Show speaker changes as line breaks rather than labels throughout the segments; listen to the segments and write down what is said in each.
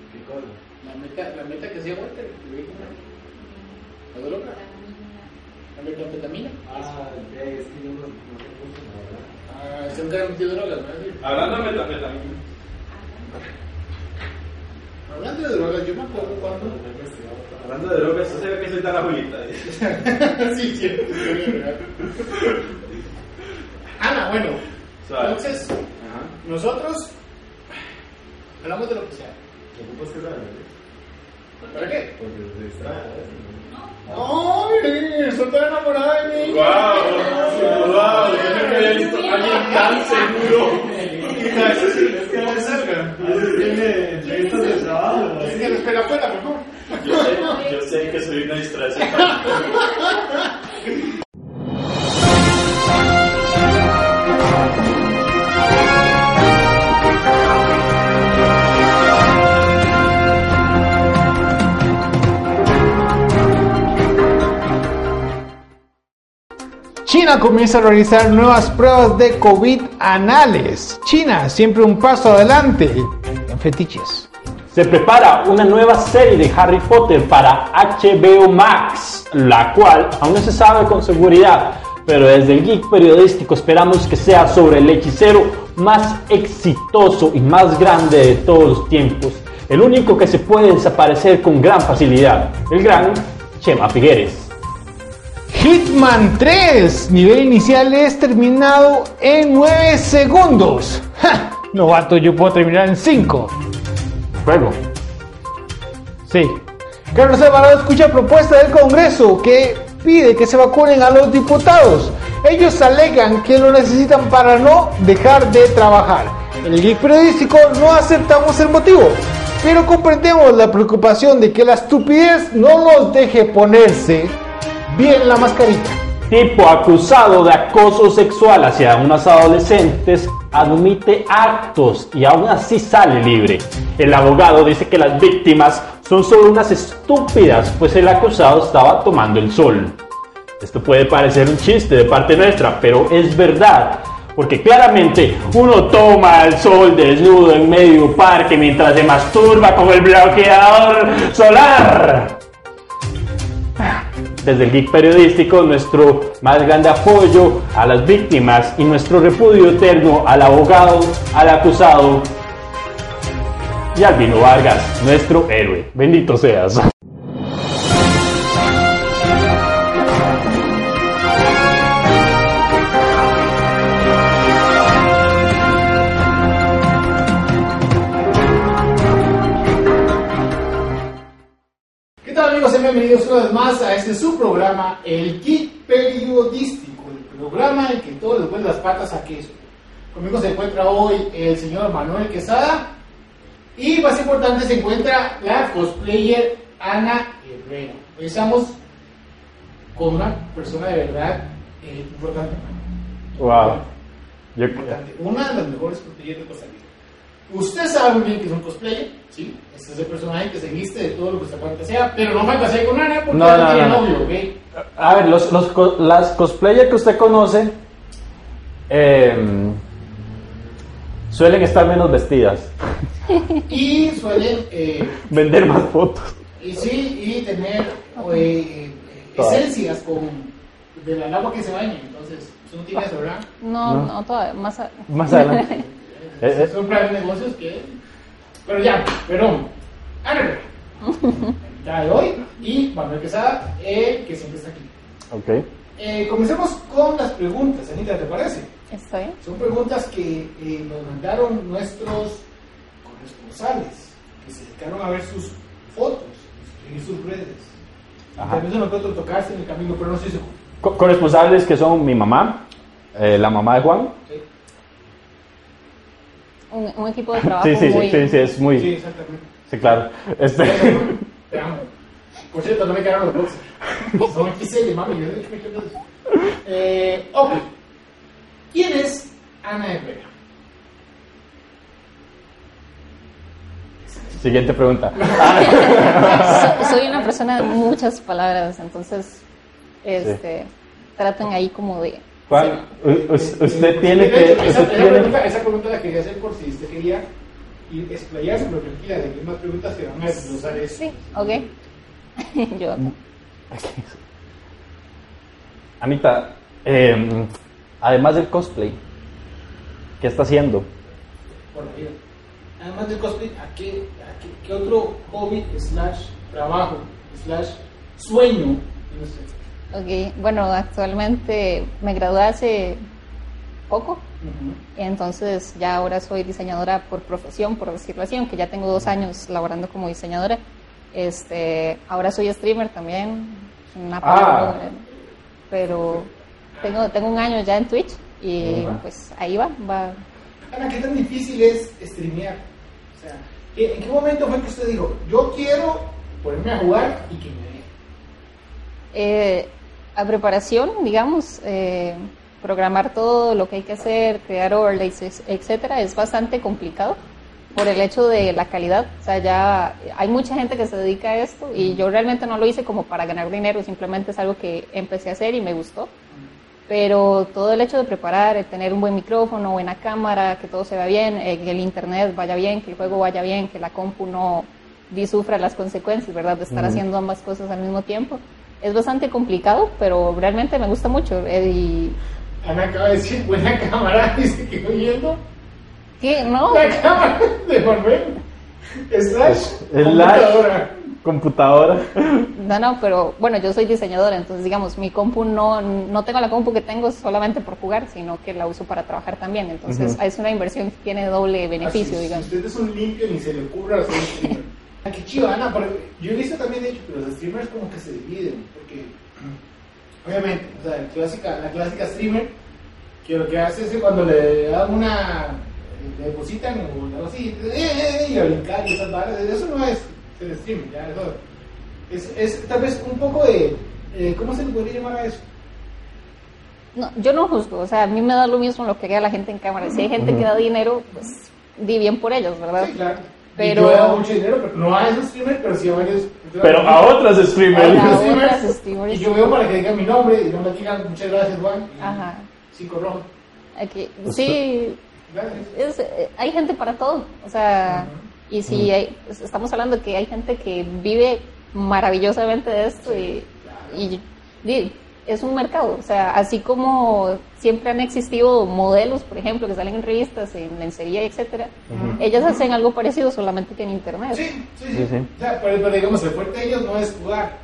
alcohol.
La meta, la meta que se aguante, le dije, ¿La droga? ¿La metanfetamina?
Ah, ya, es que yo no, no sé cómo se llama, ¿verdad?
Ah, son metido drogas, ¿no?
Hablando de metanfetamina.
Hablando de drogas, yo me acuerdo
No, no
cuando...
he investigado.
Hablando de drogas, eso se ve que suelta la abuelita.
sí, sí, Ana, bueno.
Suave.
Entonces,
Ajá.
nosotros hablamos de lo que sea.
¿Te ocupas que la verdad?
¿Para qué?
Porque se distrae, ¿sabes?
¡Ay! ¡Soy tan enamorada de mí!
¡Guau! ¡Guau! Yo nunca había visto a alguien tan seguro.
Es que no me salga. Tiene listas de trabajo.
Es
así.
que lo espera afuera, mejor.
Yo sé, yo sé que soy una distracción para ti.
China comienza a realizar nuevas pruebas de COVID anales. China, siempre un paso adelante en fetiches.
Se prepara una nueva serie de Harry Potter para HBO Max, la cual aún no se sabe con seguridad, pero desde el geek periodístico esperamos que sea sobre el hechicero más exitoso y más grande de todos los tiempos, el único que se puede desaparecer con gran facilidad, el gran Chema Figueres.
Hitman 3, nivel inicial es terminado en 9 segundos. ¡Ja! Novato, yo puedo terminar en 5.
Fuego.
Sí. Carlos Alvarado escucha propuesta del Congreso que pide que se vacunen a los diputados. Ellos alegan que lo necesitan para no dejar de trabajar. En el geek periodístico no aceptamos el motivo, pero comprendemos la preocupación de que la estupidez no los deje ponerse bien la mascarita.
Tipo acusado de acoso sexual hacia unas adolescentes admite actos y aún así sale libre. El abogado dice que las víctimas son solo unas estúpidas, pues el acusado estaba tomando el sol. Esto puede parecer un chiste de parte nuestra, pero es verdad. Porque claramente uno toma el sol desnudo en medio de un parque mientras se masturba con el bloqueador solar. Desde el geek periodístico, nuestro más grande apoyo a las víctimas y nuestro repudio eterno al abogado, al acusado y al Vino Vargas, nuestro héroe. Bendito seas.
¿Qué tal amigos? Sean bienvenidos una vez más a este su programa, el Kit Periodístico, el programa en que todos les ponen las patas a queso. Conmigo se encuentra hoy el señor Manuel Quesada y más importante se encuentra la cosplayer Ana Herrera. Hoy estamos con una persona de verdad eh, importante,
Wow. Yo,
importante, una de las mejores cosplayers de Costa Rica. Usted sabe muy bien que es un cosplayer, ¿sí? Este es el personaje que se viste de todo lo que se fantasea, pero no fantasea con Ana porque
No,
no,
no,
tiene
no.
novio, ¿ok?
a ver, los, los co- las cosplayers que usted conoce em, suelen estar menos vestidas,
Y suelen, eh,
vender más fotos.
y sí, y tener eh, eh, esencias con, del agua que se baña, entonces, eso no tiene eso, ¿verdad?
No,
No.
no, todavía, más a-
Más adelante. Eh, eh.
Es un plan de negocios que... Pero ya, perdón. Ana, ya de hoy, y Manuel Quesada, eh, que siempre está aquí.
Ok.
Eh, comencemos con las preguntas, Anita, ¿te parece?
estoy.
Son preguntas que eh, nos mandaron nuestros corresponsales, que se dedicaron a ver sus fotos, escribir sus redes.
Ajá.
También se nos puede tocarse en el camino, pero no estoy seguro.
Co- corresponsables que son mi mamá, eh, la mamá de Juan.
¿sí?
Un, un equipo de trabajo
Sí, sí,
muy...
sí, sí, sí, es muy.
Sí,
Sí,
exactamente.
claro. Este,
Te amo. Por cierto, no me quedaron los boxes. Son XL, mami. yo- Eh, ok. ¿Quién es Ana Herrera?
siguiente pregunta.
So- soy una persona de muchas palabras, entonces este, traten ahí como de...
Juan, u- u-
Eh,
usted tiene
de hecho,
Eh,
que.
Esa,
Usted
esa
tiene,
pregunta, esa pregunta la quería hacer por si usted quería
y explayarse, pero tranquila, de que más preguntas que van a desglosar eso.
Sí, ok. Yo.
Anita, eh, además del cosplay, ¿qué está haciendo?
por la vida. Además del cosplay, ¿a qué, a qué, qué otro hobby, slash, trabajo, slash, sueño? No sé.
Ok, bueno, actualmente me gradué hace poco,
Ujú.
entonces ya ahora soy diseñadora por profesión, por decirlo así, aunque ya tengo dos años laborando como diseñadora. Este, ahora soy streamer también, una palabra, pero tengo, tengo un año ya en Twitch y pues ahí va, va.
Ana, ¿qué tan difícil es streamear? O sea, ¿qué- ¿en qué momento fue que usted dijo, yo quiero ponerme a jugar y que me deje?
Eh, a preparación, digamos, eh, programar todo lo que hay que hacer, crear overlays, es- etcétera, es bastante complicado por el hecho de la calidad. O sea, ya hay mucha gente que se dedica a esto y yo realmente no lo hice como para ganar dinero, simplemente es algo que empecé a hacer y me gustó. Pero todo el hecho de preparar, el tener un buen micrófono, buena cámara, que todo se vea bien, eh, que el internet vaya bien, que el juego vaya bien, que la compu no disufra las consecuencias, ¿verdad? De estar haciendo ambas cosas al mismo tiempo. Es bastante complicado, pero realmente me gusta mucho. eh, y...
Ana acaba de decir, buena cámara, y se quedó yendo.
¿Qué? ¿No?
La cámara de Manuel, slash,
Slash.
computadora.
Pues, Computadora.
No, no, pero bueno, yo soy diseñadora, entonces digamos, mi compu no, no tengo la compu que tengo solamente por jugar, sino que la uso para trabajar también. Entonces es una inversión que tiene doble beneficio,
Así es,
digamos.
Si usted es un limpio ni se le ocurra hacer un streamer. Ah, Qué chido, Ana, porque yo he visto también, de hecho, que los streamers como que se dividen, porque obviamente, o sea, el clásica, la clásica streamer, que lo que hace es que cuando le dan una, le depositan o algo así, ¡eh, eh, eh! y a brincar y esas barras, eso no es ser streamer, ya, eso es, es tal vez un poco de, eh, ¿cómo se le podría llamar a eso?
No, yo no juzgo, o sea, a mí me da lo mismo lo que haga la gente en cámara. Si hay gente que da dinero, pues di bien por ellos, ¿verdad?
Sí, claro.
Ah. Pero-
Yo he dado mucho dinero, pero no a esos streamers, pero sí a varios.
Pero a otras
Ay,
streamers.
no.
Varios
otras
streamers.
streamers.
Y yo veo para que digan mi nombre y no me digan muchas gracias, Juan. y
Ajá.
Cinco rojos.
Aquí,
Pues,
sí,
Gracias.
es, eh, hay gente para todo, o sea, y si hay- estamos hablando que hay gente que vive maravillosamente de esto y, y- di, es un mercado, o sea, así como siempre han existido modelos, por ejemplo, que salen en revistas, en lencería, etcétera, ellas hacen algo parecido solamente que en internet.
Sí, sí, sí.
Sí, sí.
O sea, pero, pero digamos, el fuerte de ellos no es jugar.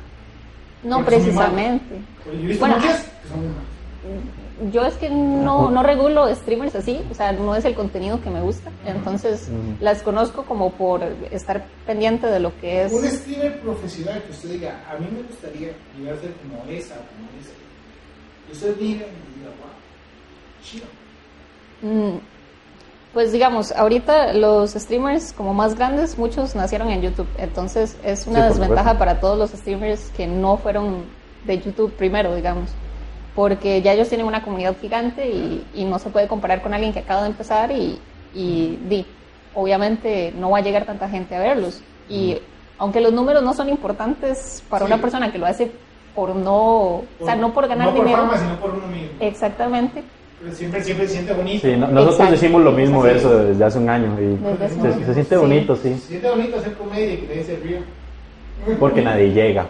No
Porque son humanos.
precisamente.
Porque Yo he visto
Bueno, ah.
muchas que son humanas.
Yo es que no, no regulo streamers así, o sea, no es el contenido que me gusta, entonces las conozco como por estar pendiente de lo que
Un
es.
streamer profesional que usted diga, a mí me gustaría llegar a ser como esa o como esa. Y usted mira y diga, wow, chido.
Mm, Pues digamos, ahorita los streamers como más grandes, muchos nacieron en YouTube, entonces es
Sí,
una
por
desventaja
supuesto.
para todos los streamers que no fueron de YouTube primero, digamos, porque ya ellos tienen una comunidad gigante y, y no se puede comparar con alguien que acaba de empezar y, y di, obviamente no va a llegar tanta gente a verlos. Y aunque los números no son importantes para
Sí.
una persona que lo hace por no, o sea, no por ganar
no por
dinero,
fama, sino por uno mismo.
exactamente,
Pero siempre, siempre se siente bonito.
Sí, no- nosotros
Exacto.
decimos lo mismo
Así
de eso desde hace un año y
Desde hace
se,
un año.
se siente
Sí.
bonito,
Se
sí,
siente bonito hacer comedia y que nadie se ríe.
porque nadie llega.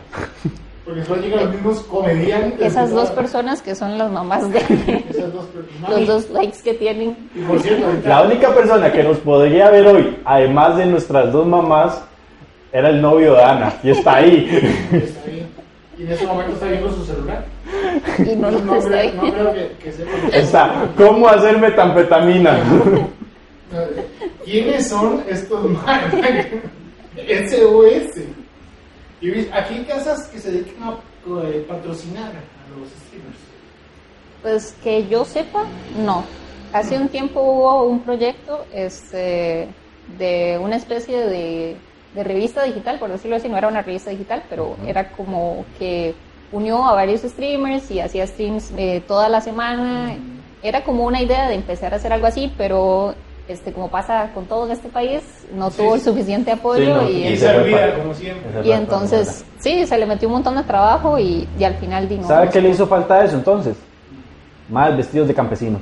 Porque solo llegan los mismos comediantes.
esas
que
dos
todas-
personas que son las mamás de
Esas dos personas.
los dos likes que tienen.
Y por cierto, ahorita-
La única persona que nos podría ver hoy, además de nuestras dos mamás, era el novio de Ana y está ahí.
Está bien. Y en ese momento está viendo su celular.
Y no lo
no,
está
creo,
ahí.
no creo que, que sepa.
Está, ¿cómo hacer metanfetamina?
¿Quiénes son estos manos? SOS. Y ves, aquí hay casas que se dedican a eh, patrocinar a los streamers.
Pues que yo sepa, no. Hace un tiempo hubo un proyecto este, de una especie de, de revista digital, por decirlo así, no era una revista digital, pero era como que unió a varios streamers y hacía streams eh, toda la semana. Era como una idea de empezar a hacer algo así, pero este, como pasa con todo en este país, no
Sí,
tuvo el
sí.
suficiente apoyo
no,
y,
Y
se
se
fue
olvida,
para-
como siempre.
y entonces, sí, se le metió un montón de trabajo y, y al final di no,
¿Sabe
no
qué
sé.
le hizo falta a eso entonces? Más vestidos de campesinos.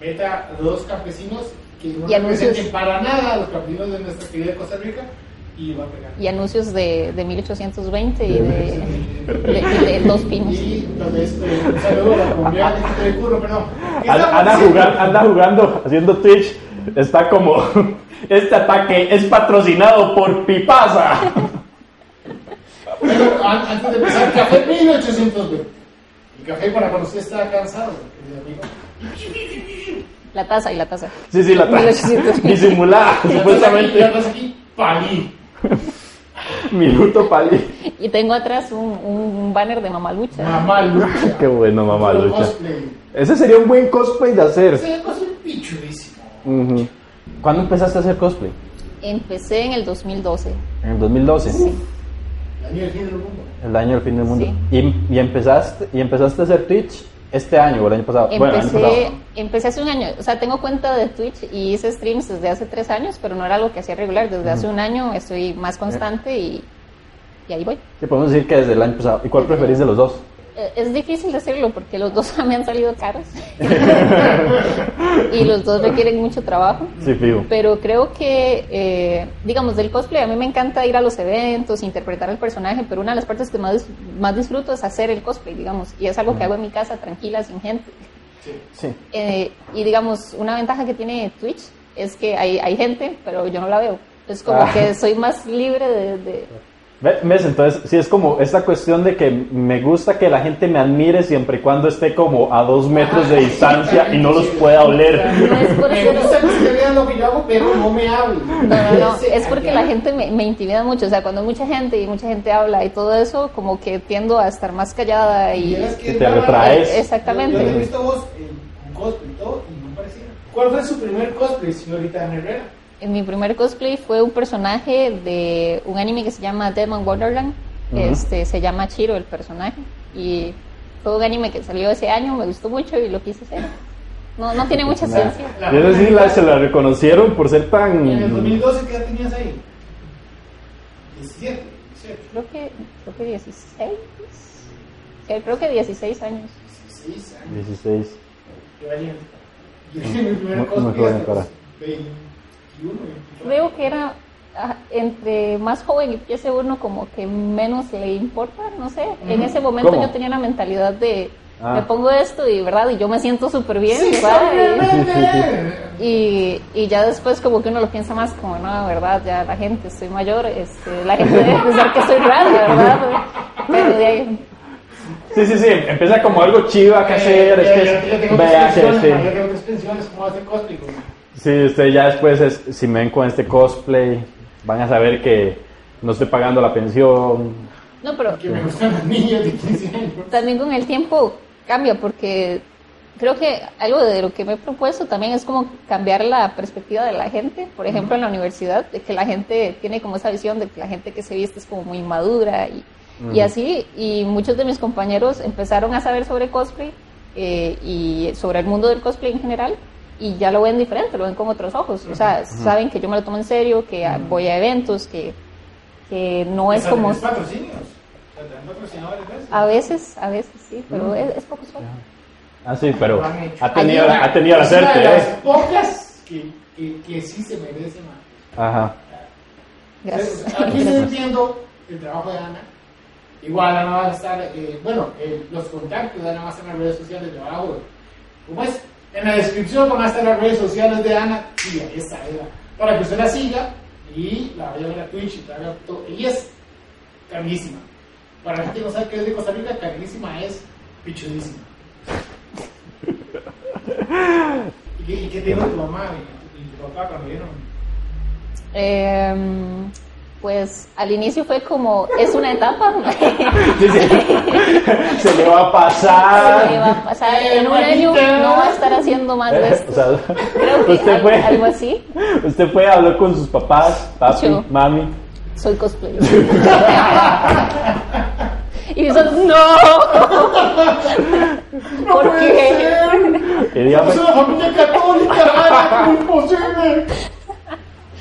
Meta a dos campesinos que no
Y anuncios.
representen para nada a los campesinos de nuestra querida Costa Rica y va a pegar.
y eh, anuncios de, de 1820 y de, de- y de Dos Pinos.
Y donde este, un saludo a la comunidad de Quito de Curro, perdón.
Anda, anda jugando, anda jugando, haciendo Twitch. Está como. Este ataque es patrocinado por Pipasa.
Pero an- antes de empezar, café 1820. El café para cuando usted está cansado, querido amigo.
La taza y la taza.
Sí, sí, la traje.
1800.
Disimulada,
Ya estás aquí, Ya
supuestamente.
estás aquí, palí.
Minuto palí.
Y tengo atrás un, un banner de Mamalucha.
Ah.
Mamá lucha.
Qué bueno, mamá
Puro
lucha.
cosplay.
Ese sería un buen cosplay de hacer.
Ese cosplay es pichudísimo.
Ujú. ¿Cuándo empezaste a hacer cosplay?
Empecé en el 2012.
En el 2012.
La mía del mundo.
El año del fin del mundo. Y, y empezaste, y empezaste a hacer Twitch este año o el año pasado. Bueno, el año
Empecé,
pasado.
empecé hace un año, o sea, tengo cuenta de Twitch y hice streams desde hace tres años, pero no era algo que hacía regular. Desde hace un año estoy
Eh.
más constante y, y ahí voy.
Sí, podemos decir que desde el año pasado. ¿Y cuál preferís de los dos?
Eh, Es difícil decirlo porque los dos me han salido caros y los dos requieren mucho trabajo.
Sí, fijo.
Pero creo que, eh, digamos, del cosplay, a mí me encanta ir a los eventos, interpretar al personaje, pero una de las partes que más, dis- más disfruto es hacer el cosplay, digamos, y es algo que hago en mi casa tranquila, sin gente.
Sí.
Eh, y digamos, una ventaja que tiene Twitch es que hay, hay gente, pero yo no la veo. Es como
Ah.
que soy más libre de... de-
Ve- ¿Ves? Entonces, sí es como esta cuestión de que me gusta que la gente me admire siempre y cuando esté como a dos metros de distancia y no los pueda oler.
No es por
Me
ser-
gusta que usted vea lo que yo hago, pero no me hable.
No, no, no, es porque la gente me, me intimida mucho, o sea, cuando hay mucha gente y mucha gente habla y todo eso, como que tiendo a estar más callada y...
vieras
que te
bárbaro.
retraes.
Yo-
Exactamente.
Yo, te he visto vos en, con cosplay y todo, y no parecía. ¿Cuál fue su primer cosplay, señorita Ana Herrera?
En mi primer cosplay fue un personaje de un anime que se llama Demon Wonderland. Este se llama Chiro el personaje y fue un anime que salió ese año, me gustó mucho y lo quise hacer. No, no tiene mucha ciencia.
Y es decir, la, se la reconocieron por ser
En el
tan...
2012, ¿qué edad tenías ahí? 17, 18,
Creo que creo que 16. eh, Creo que 16 años.
16 años.
16.
Qué valiente. Yo tenía mi primer
Muy- muy
cosplay
joven
hasta
para-
los 21, 22.
Creo que era ah, entre más joven empiece uno como que menos le importa, no sé. En ese momento
¿Cómo?
yo tenía la mentalidad de
Ah.
me pongo esto y verdad y yo me siento súper bien,
Sí,
¿verdad?
soy
Y-
rebelde.
Y, y ya después como que uno lo piensa más como, no, verdad, ya la gente, estoy mayor, este, la gente debe pensar que soy rara, ¿verdad? Pero de ahí-
Sí, sí, sí. Empieza como algo chiva que hacer. Es
Eh,
que
yo- yo tengo tres
es... Vea,
pensiones,
sí, sí.
ma, Yo tengo tres pensiones, ¿cómo hace cosplay? güey?
Sí, usted ya después, es- si me ven con este cosplay, van a saber que no estoy pagando la pensión.
No, pero
Que me gustan los niños de 15 años.
también con el tiempo cambia porque creo que algo de lo que me he propuesto también es como cambiar la perspectiva de la gente, por ejemplo en la universidad, de que la gente tiene como esa visión de que la gente que se viste es como muy madura y, y así, y muchos de mis compañeros empezaron a saber sobre cosplay eh, y sobre el mundo del cosplay en general. Y ya lo ven diferente, lo ven con otros ojos. O sea, saben que yo me lo tomo en serio, que ah, voy a eventos, que, que no es
O sea,
como...
tenés patrocinios. O sea, tenés patrocinadores, ¿ves?
A veces, a veces sí, pero es, es poco suave.
Ah, sí, pero
Lo han hecho.
ha tenido, ha tenido la
Es una
suerte,
de las
¿eh?
pocas que, que, que sí se merece más.
Ajá.
Gracias.
Aquí estoy entiendo el trabajo de Ana. Igual Ana va a estar, eh, bueno, eh, los contactos de Ana van a estar en las redes sociales de abajo. ¿Cómo es? En la descripción van a estar las redes sociales de Ana y ahí está ella. Para que usted la siga y la vaya a ver a Twitch y la haga todo. Ella es carnísima. Para la gente que no sabe qué es de Costa Rica, carnísima es pichudísima. ¿Y qué, y qué te dijo tu mamá y tu, y tu papá cuando vieron?
Em, pues al inicio fue como, es una etapa.
Sí, sí. Se le va a
que va
pasar.
a pasar en un año, no va a estar haciendo más de
Eh, O
esto.
sea,
Creo que
usted
algo- algo
fue,
así.
usted fue, habló con sus papás, papi,
Yo.
mami.
Soy cosplayer. y dicen, no. ¿Por qué?
Y dígame,
¡Es una familia católica! Ana, ¿Cómo es posible?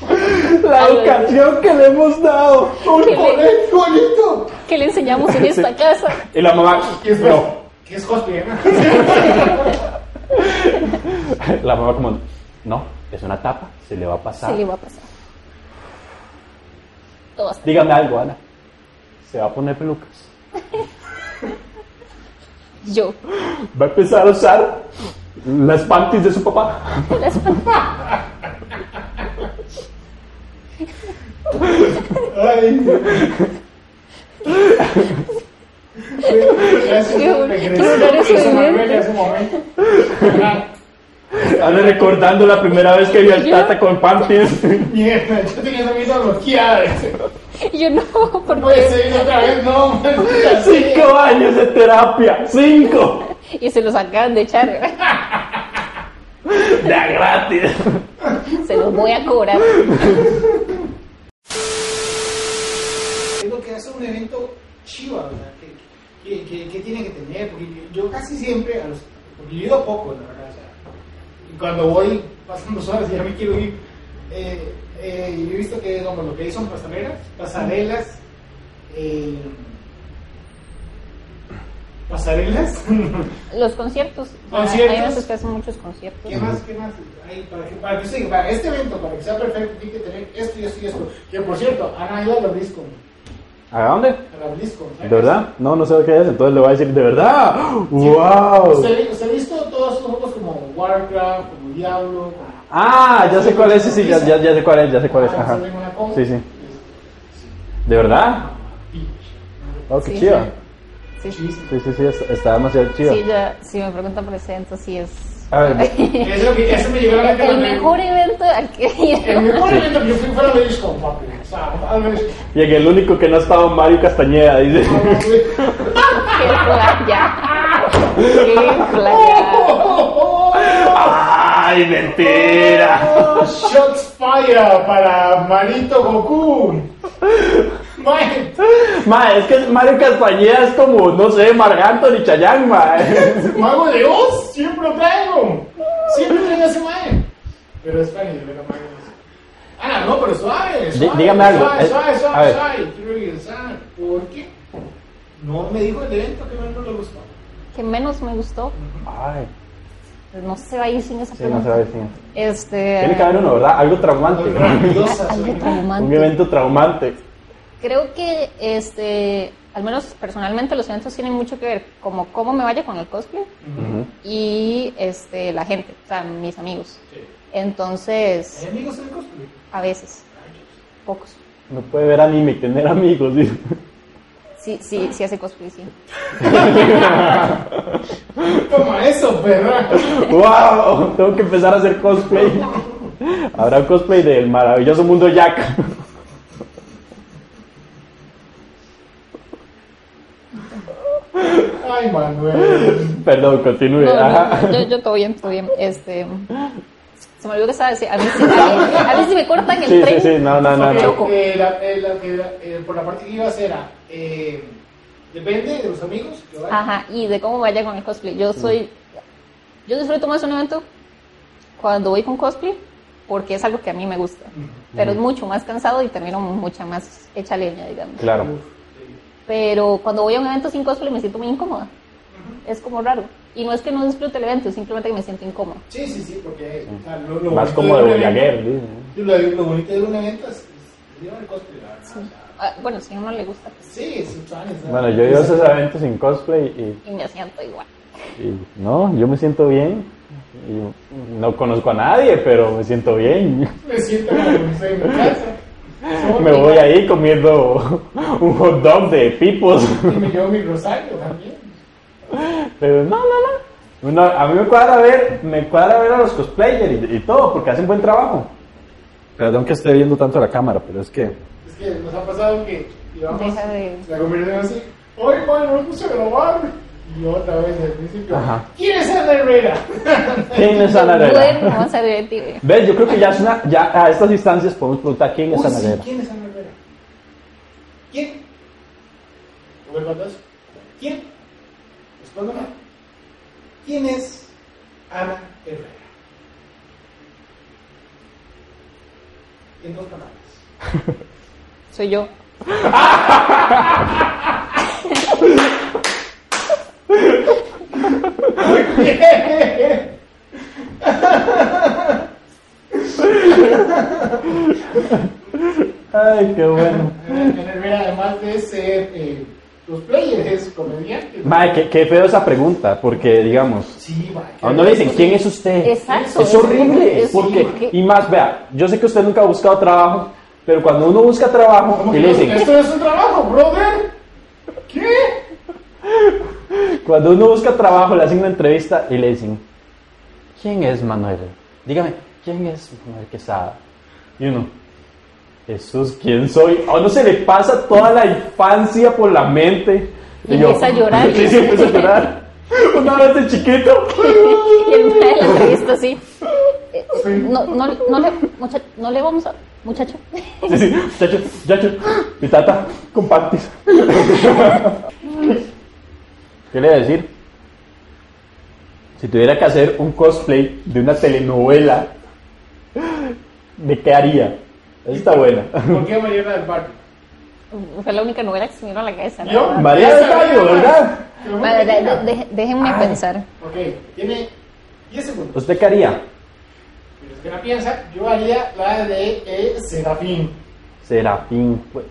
"Pues, la
Algo
educación que le hemos dado.
¡Un
le-
colegio bonito!
¿Qué le enseñamos en esta casa?
Y la mamá, no.
¿Qué es cosplay, Ana?
La mamá como, no. Es una etapa, se le va a pasar.
Se le va a pasar. Todo hasta-
Dígame algo, Ana. Se va a poner pelucas.
Yo.
Va a empezar a usar las panties de su papá. Ana recordando la primera vez que vio al Tata con panties.
Mierda, yo tenía esa mierda bloqueada. dice.
Yo no,
Puede
porque...
ser otra vez, no. man.
Cinco años de terapia. Cinco.
Y se los acaban de echar.
De a gratis.
Se los voy a cobrar.
es lo que hace un evento chiva, ¿verdad? Que, que, que- que tiene que tener, porque yo, yo casi siempre, a los, porque yo he ido a poco, la verdad, o sea, y cuando voy pasan dos horas y ya me quiero ir, eh, eh, yo he visto que como lo que hay son pasarelas, pasarelas, eh, pasarelas,
Los conciertos. ah,
Conciertos.
Hay veces que hacen muchos conciertos.
¿Qué más? ¿Qué más? Hay para, que, para, que se- para este evento, para que sea perfecto, tiene que tener esto y esto y esto. Que por cierto, han ido a la BlizzCon.
¿A dónde?
A la BlizzCon.
¿De verdad? No, no sé qué es, entonces le voy a decir, ¿de verdad? ¡Wow!
¿Usted, usted ha visto todos esos juegos como Warcraft, como Diablo? como-
Ah, ya sé cuál es, sí, sí, ya, ya, ya sé cuál es, ya sé cuál es.
Ah,
Ajá.
se ven una combo.
Sí, sí. ¿De verdad? Oh, qué
Sí,
chido.
Sí, sí.
Chis.
Sí, sí, sí, está- está demasiado chido.
Sí, ya, si me preguntan por ese evento, sí es...
A ver,
Eso, es lo que- eso me llegó a la
El
cara.
mejor evento al que he
El
ido.
mejor evento que yo fui fue a la BlizzCon, papi. O sea, a la BlizzCon.
y en el único que no ha estado Mario Castañeda, dice.
¡Qué playa! ¡Qué playa!
¡Ay, mentira!
Shots fire para Marito Goku. Mae,
Ma, es que Mario Castañeda es como, no sé, Marganto ni Chayang, ma.
Mago de Oz, siempre lo traigo. Siempre traigo a ese mae. Pero es para nivel, no Ah, no, pero suave.
Dí-
suave
dígame algo,
Suave,
eh,
suave,
a
suave,
ver.
suave. Quiero regresar. ¿Por qué? No me dijo el evento que no le gustó.
que menos me gustó.
Ay,
No se va a ir sin esa
sí, no
pregunta.
se va a decir.
Este.
Tiene que haber uno, ¿verdad? Algo traumante.
Muy grandiosa,
algo
soy.
traumante.
Un evento traumante.
Creo que, este, al menos personalmente, los eventos tienen mucho que ver como cómo me vaya con el cosplay
Ujú.
y este, la gente, o sea, mis amigos.
Sí. ¿Hay
Entonces,
amigos en el cosplay?
a veces, pocos.
No puede ver anime y tener amigos, dice.
Sí, sí, sí hace cosplay, sí.
Toma eso, perra.
¡Wow! Tengo que empezar a hacer cosplay. Habrá un cosplay del maravilloso mundo Jack.
Ay, Manuel.
Perdón, continúe.
No, no,
Ajá.
yo, yo todo bien, todo bien. Este, se me olvidó que estaba diciendo. A mí, sí- a mí- a mí sí me cortan el
Sí, sí,
tren.
sí, no, no, no. no.
Choco.
Eh, la- eh, la que- la- eh, por la parte que ibas era, eh, depende de los amigos que vayan.
Ajá, y de cómo vaya con el cosplay. Yo soy. Yo disfruto más un evento cuando voy con cosplay porque es algo que a mí me gusta.
Mm,
Pero es mucho más cansado y termino mucha más hecha leña, digamos.
Claro.
Pero cuando voy a un evento sin cosplay me siento muy incómoda. Es como raro. Y no es que no disfrute el evento, simplemente que me siento incómoda.
Sí, sí, sí, porque o sea, lo, lo
Más
bonito
como de
un evento-
Boyaguer, dice.
Lo, lo bonito de un evento es, es llevar el cosplay, la verdad. o sea,
Ah, bueno, si a uno le gusta, pues,
Sí, es un challenge, ¿no?
Bueno, yo he ido a esos eventos sin cosplay y,
y me siento igual.
y no, yo me siento bien. Y no conozco a nadie, pero me siento bien.
Me siento como no sé, en mi casa.
Me voy ahí comiendo un hot dog de pipos.
Y me llevo mi rosario también.
Pero no, no, no. No, a mí me cuadra ver, me cuadra ver a los cosplayers y, y todo, porque hacen buen trabajo. Perdón que esté viendo tanto la cámara, pero es que.
Es que nos ha pasado que llevamos
Deja de-
la conversación así. Oye, Juan, no me puse a grabar. Y otra vez al principio.
Ajá.
¿Quién es Ana Herrera?
¿Quién es Ana
Bueno,
Herrera?
vamos a ver, tío.
¿Ves? Yo creo que ya, es una- ya a estas distancias podemos preguntar quién es
Uy,
Ana
sí,
Herrera.
¿Quién es Ana Herrera? ¿Quién? Rubén Baldas. ¿Quién? Respóndame. ¿Quién es Ana Herrera? En dos palabras.
Soy yo.
Ay, qué bueno.
Mira, además de ser eh, los players, es comediante.
Mae, qué, qué feo esa pregunta, porque digamos,
Sí, va.
a uno le dicen, ¿quién es usted?
Exacto,
Es
es horrible,
horrible,
es horrible.
porque, y más, vea, yo sé que usted nunca ha buscado trabajo, pero cuando uno busca trabajo,
¿Cómo
¿qué
que
le
no?
dicen?
Esto es un trabajo, brother. ¿Qué?
Cuando uno busca trabajo, le hacen una entrevista y le dicen, ¿quién es Manuel? Dígame, ¿quién es Manuel Quesada? Y uno, Jesús, ¿quién soy? A uno se le pasa toda la infancia por la mente.
Y empieza a llorar.
Sí, sí, empieza a llorar. Una vez de chiquito.
Y el mae de la entrevista así. eh, No, no, no, le, mucha- no le vamos a. Muchacho.
Sí, sí, muchacho, muchacho, mi tata, compartes. ¿Qué le voy a decir? Si tuviera que hacer un cosplay de una telenovela, ¿de qué haría? Esa Está buena.
¿Por qué Mariana del Barrio?
Fue la única novela que se me vino a la cabeza.
Yo,
nada más.
María del Gallo, ¿verdad?
Mae, de- de- de- déjenme pensar.
Ok, tiene 10 segundos.
¿Usted qué haría?
Pero es que la piensa, yo haría la de eh, Serafín.
Serafín. pues,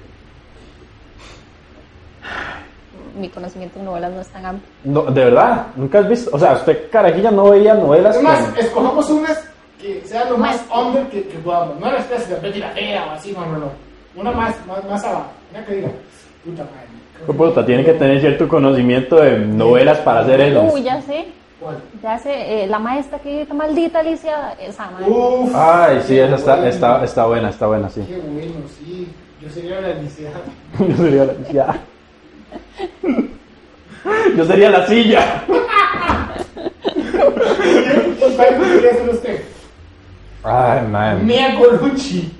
Mi conocimiento en novelas no es tan amplio.
No, de verdad, nunca has visto. O sea, usted carajilla no veía novelas.
Es más,
con-
escojamos unas que sean lo más
Más.
under que, que podamos. No las clases de Betty la Fea o así, no, no, no. Una más, más, más abajo. Una que diga, puta madre. creo
Hijo de puta, tiene que tener cierto conocimiento de novelas para hacer eso.
Uy, ya sé.
¿Cuál?
Ya sé. eh, la maestra que está maldita, Alicia. Esa mae.
Uf.
Ay, sí,
qué
esa está,
bueno.
está, está buena, está buena, sí.
Qué bueno, sí. Yo sería la licenciada.
Yo sería la silla. Yo sería la silla.
¿Cuál podría ser usted?
Ay, man.
Mia Colucci.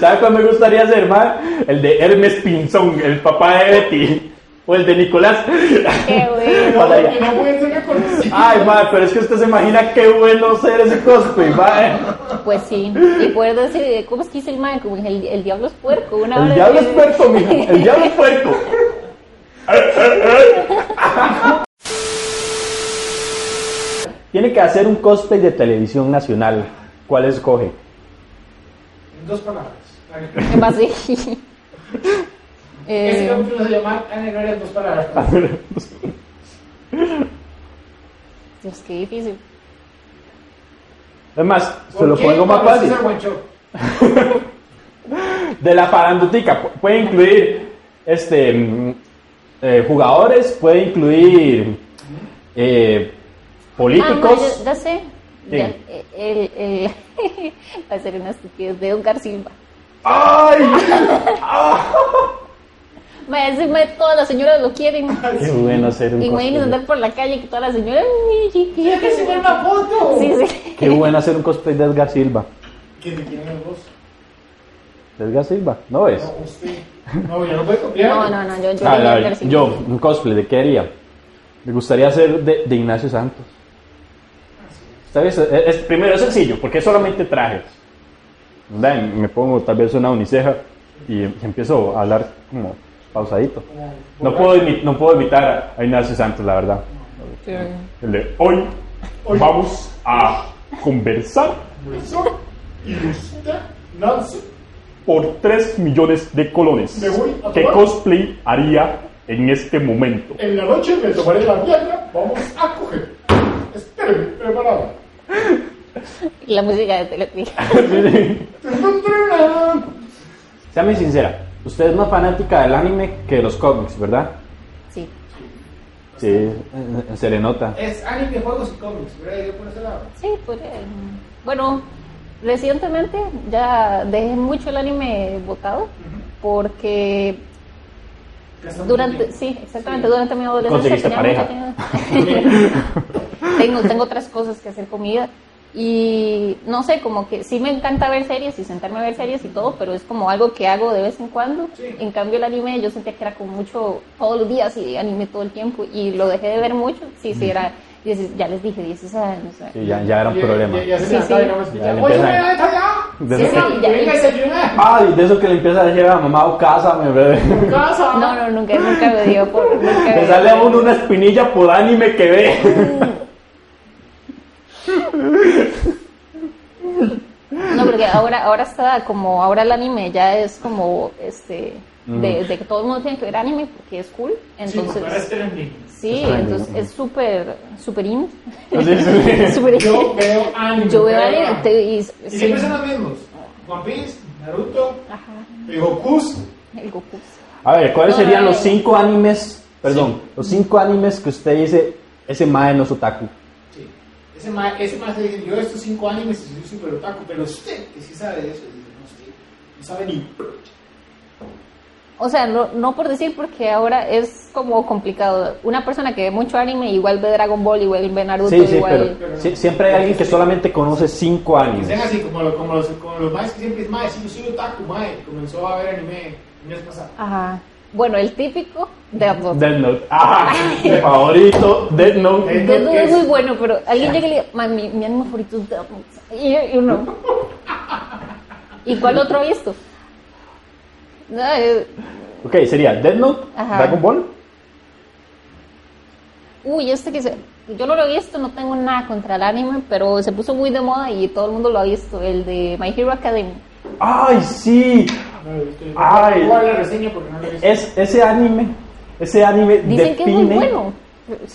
¿Sabes cuál me gustaría ser, man? El de Hermes Pinzón, el papá de Betty. O el de Nicolás.
Qué bueno.
Para
No,
allá.
no puede ser una conocida.
Ay, man, pero es que usted se imagina qué bueno ser ese cosplay, man.
Pues sí, y poder decir, ¿cómo es que dice el man? Como el, el diablo es puerco, una
El
hora
diablo es
de-
puerco, mija. El diablo es puerco. Tiene que hacer un cosplay de televisión nacional. ¿Cuál escoge?
En dos palabras.
Es más, sí.
Ese
Eh,
capítulo se llama Ana Gloria en dos palabras. pues,
Dios, qué difícil.
Es más, se lo
¿Por qué
pongo más
Pablo
fácil.
César Guancho?
De la parandutica. pu- Puede incluir este mm, eh, jugadores, puede incluir eh,
Ah, no,
políticos.
ya, ya sé. Ya,
¿Quién?
eh, el, el, va a ser una estupidez de Edgar Silva. ¡Ay! Ma, ese ma, todas las señoras lo quieren.
Qué bueno ser un
Imagínense
cosplay.
andar por la calle que todas las señoras. ¡Ay,
¡Mira
chiquita!
que se ve una foto!
Sí, sí.
Qué bueno hacer un cosplay de Edgar Silva.
Que le quieren los dos.
¿De Edgar Silva, ¿no es?
No, usted. No, yo no puedo copiar.
No, no, no, yo, yo
A
le
ver,
diría
a
a
ver,
Edgar Silva.
Ah, yo, un cosplay, ¿de qué haría? Me gustaría ser de, de Ignacio Santos. Tal vez, eh, es- primero es sencillo, porque es solamente trajes. ¿Verdad? Me pongo tal vez una uniceja y, y empiezo a hablar como pausadito. No puedo, imi- no puedo imitar a Ignacio Santos, la verdad. El de hoy vamos a conversar
Eso, ilustra, Nancy.
por 3 millones de colones.
Me voy a
¿Qué
tomar.
cosplay haría en este momento?
En la noche me tomaré la pierna. Vamos a coger. Espérenme, preparado.
La música de Teletica.
Séame sincera, usted es más fanática del anime que de los cómics, ¿verdad?
Sí.
Sí, eh, eh, se le nota.
Es anime, juegos y cómics. ¿Verdad? Yo por ese lado.
Sí, pues, eh, bueno, recientemente ya dejé mucho el anime botado porque durante, sí, exactamente, durante mi adolescencia
Conseguiste
tenía mucha- tengo, tengo otras cosas que hacer comida y no sé, como que sí me encanta ver series y sentarme a ver series y todo, pero es como algo que hago de vez en cuando.
Sí.
En cambio el anime yo sentía que era como mucho todos los días y anime todo el tiempo y lo dejé de ver mucho. Sí, sí, era, ya les dije, 16 años.
Sí, ya, ya era un problema.
Ya, ya,
Sí,
ya,
sí.
Ya le
Oye,
empiezan.
mira, está allá.
De
Sí,
eso
sí.
que-
ya.
Venga, desayunar.
Ay, de eso que le empieza a decir a la mamá, o cásame, bebé.
Casa.
No, no, nunca, nunca me dio por. Nunca
Le
me
sale
dio.
a uno una espinilla por anime que ve.
porque ahora, ahora está como, ahora el anime ya es como, este, de, de que todo el mundo tiene que ver anime porque es cool.
Sí, ahora es
este
Entonces,
trending.
sí,
Está bien,
entonces
¿no? Ah,
es súper, súper in.
Sí, sí, sí.
Súper
Yo
in.
veo anime.
Yo veo
pero-
anime te- y,
Y
sí.
siempre son los mismos. One Piece, Naruto,
Ajá,
Goku.
el Goku.
A ver, ¿cuáles
No,
serían
no,
los
no.
cinco animes? Perdón, los cinco animes que usted dice, ese mae no es otaku.
Sí. Ese más ese ma se dice, yo estos cinco animes y soy super otaku, pero usted que sí sabe de eso, dice, no sé, no sabe ni...
O sea, no, no por decir porque ahora es como complicado. Una persona que ve mucho anime igual ve Dragon Ball, igual ve Naruto,
Sí, sí,
igual...
pero sí, siempre hay alguien que solamente conoce cinco
Que sean
animes.
así como, lo- como los, como los maes que siempre es mae, sí, yo soy otaku, mae, comenzó a ver anime el mes pasado.
Ajá. Bueno, el típico de Note.
Death Note. Ah, mi favorito, Death Note.
Eh.
Death Note es muy bueno, pero alguien llega y le dice, mami, mi anime favorito es Death Note". Y, y uno. ¿Y cuál otro ha visto? No, eh,
Ok, sería Death Note,
Ajá.
Dragon Ball.
uy, este que se. Yo no lo he visto, no tengo nada contra el anime, pero se puso muy de moda y todo el mundo lo ha visto. El de My Hero Academia.
¡Ay, sí!
No lo he visto.
Ay.
No voy a la reseña porque no lo he visto.
Es, ese anime, ese anime
Dicen que es muy
define-
bueno.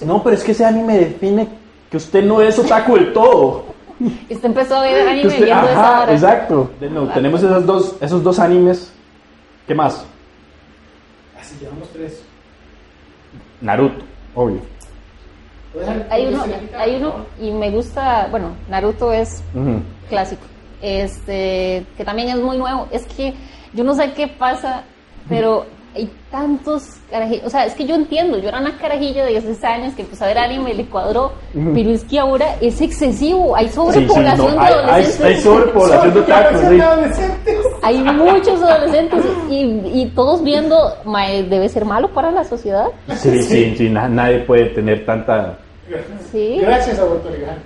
No, pero es que ese anime define que usted no es otaku del todo.
Y se empezó a ver
Que
anime
usted-
viendo esa
ajá,
vara.
exacto. No, tenemos esos dos, esos dos animes. ¿Qué más?
Así llevamos tres.
Naruto, obvio.
¿Puedes dejar-
Hay uno,
puedes dejar-
hay uno, y me gusta, bueno, Naruto es
Ujú.
clásico. Este, que también es muy nuevo. Es que yo no sé qué pasa, pero hay tantos carajillos. O sea, es que yo entiendo, yo era una carajilla de 16 años que empezó a ver anime y le cuadró, pero es que ahora es excesivo.
Sí,
Hay
sí,
sobrepoblación
no,
de
hay, hay,
adolescentes.
hay sobrepoblación de otakus, sí.
Hay muchos adolescentes y, y todos viendo, "Mae, debe ser malo para la sociedad.
Sí, sí, sí, na- nadie puede tener tanta...
Sí.
Gracias, Alberto Legrand.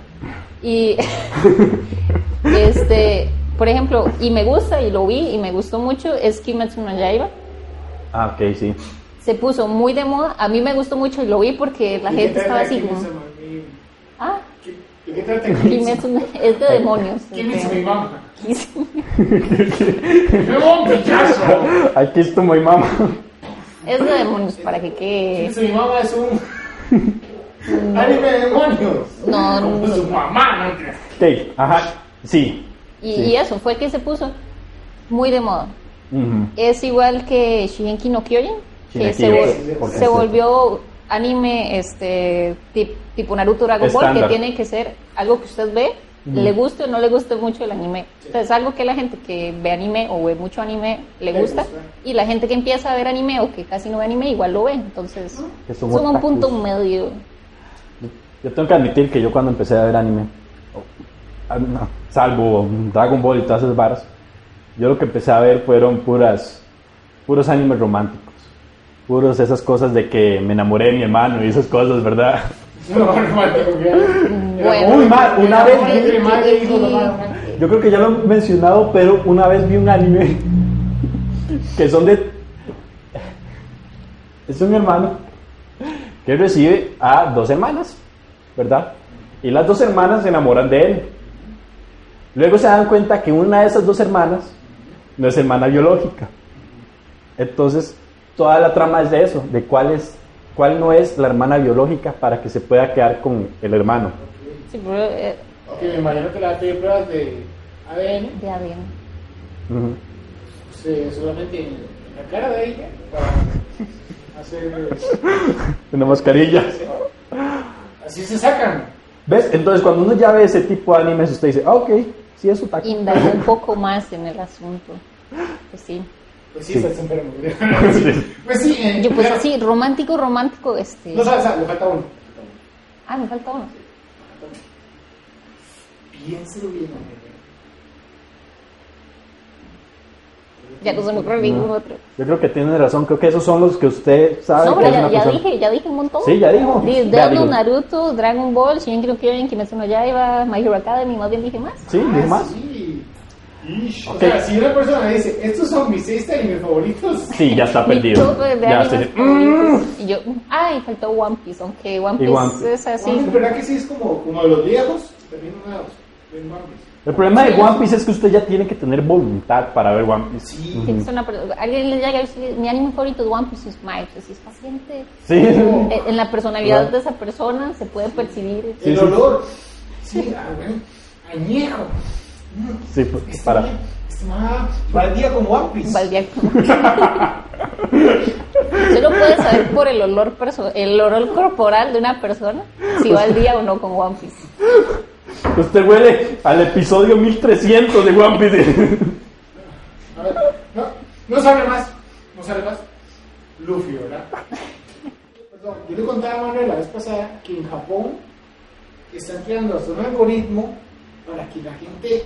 Y este, por ejemplo, y me gusta y lo vi y me gustó mucho es Kimetsu no Yaiba.
Ah, ok, sí.
Se puso muy de moda. A mí me gustó mucho y lo vi porque la
¿Y qué
gente
tal
estaba
de
así
Kimetsu
como,
no Mi-
ah,
¿Qué- de ¿Qué trata Kimetsu?
Kimetsu no- es de demonios.
Kimetsu mi
este,
mamá?
Kimetsu.
¡Me voy a un pichazo!
Aquí estoy muy mamá.
Es de demonios para que quede.
Kimetsu mi mamá es un anime de demonios.
No,
Como
no.
su mamá, no creas.
Ok, ajá, sí.
Y,
Sí.
y eso fue que se puso muy de moda.
Ujú.
Es igual que Shigenki no Kyojin, que
Shingeki
se,
no
vol-
Kyojin, por
se
ejemplo.
volvió anime este tip- tipo Naruto Dragon Ball, que
Estándar.
tiene que ser algo que usted ve, le guste o no le guste mucho el anime. Entonces, algo que la gente que ve anime o ve mucho anime le
Le
gusta,
gusta.
y la gente que empieza a ver anime o que casi no ve anime igual lo ve. Entonces,
Ah.
Que
es
son
un
otakus.
punto medio.
Yo tengo que admitir que yo cuando empecé a ver anime, o- ah, no, salvo Dragon Ball y todas esas varas, yo lo que empecé a ver fueron puras, puros animes románticos. Puros esas cosas de que me enamoré de mi hermano y esas cosas, ¿verdad?
No, no, no,
Bueno.
Uy, ma, una vez vi-
Entre madre y hijo, no, no, no.
Yo creo que ya lo he mencionado, pero una vez vi un anime que son de... Es un hermano que recibe a dos hermanas, ¿verdad? Y las dos hermanas se enamoran de él. Luego se dan cuenta que una de esas dos hermanas no es hermana biológica. Entonces, toda la trama es de eso, de cuál es cuál no es la hermana biológica para que se pueda quedar con el hermano.
Sí, pero, eh,
Ok, me imagino que le va a pedir pruebas de ADN,
ya bien.
Ujú.
pues, solamente en la cara de ella, para hacer...
Una mascarilla.
Así se sacan.
¿Ves? Entonces, cuando uno ya ve ese tipo de animes, usted dice, ah, ok, sí es otaku.
Indagar un poco más en el asunto. Pues sí.
Pues sí,
Sí.
estás enfermo. Pues sí, eh,
Yo, pues
claro.
sí, romántico, romántico, este.
No sabes, le falta uno.
Ah, me falta uno.
Piénselo bien, hombre.
Ya no se me ocurre ningún otro.
Yo creo que tiene razón, creo que esos son los que usted sabe
No,
que
pero
Ah, es
ya,
una
ya
persona.
dije, ya dije un montón.
Sí, ya dijo.
Di-
Vea,
Death Note,
digo,
Naruto, Dragon Ball, Shingeki no Kyojin, Kimetsu no Yaiba, My Hero Academy, más bien dije más.
Sí, dijo
Ah,
más.
sí. Ish.
Ok.
O sea, si una persona me dice, estos son mis seis animes favoritos,
Sí, ya está
Mi
perdido.
top pues, de
Ya
animes
se-
favoritos. Y yo, ay, faltó One Piece, aunque One
Y
Piece
One Piece.
es así.
Bueno, ¿Verdad que sí es como, como de los viejos? También una- Ven, One Piece.
El problema de One Piece es que usted ya tiene que tener voluntad para ver One Piece.
Sí.
Es una per- alguien le llega y dice, mi anime favorito es One Piece es Mike, si es paciente.
Sí.
Eh, En la personalidad de esa persona se puede percibir.
El olor. Sí, ah, güey. añejo.
Sí, pa-
Este
para.
man- Este man va al día con One Piece.
Valdía. Usted lo puede saber por el olor perso- el olor corporal de una persona
Pues-
si va al día o no con One Piece.
Usted huele al episodio 1300 de One Piece.
A ver, no, no sabe más. No sabe más. Luffy, ¿verdad? Perdón, yo le contaba a Manuel la vez pasada que en Japón están creando hasta un algoritmo para que la gente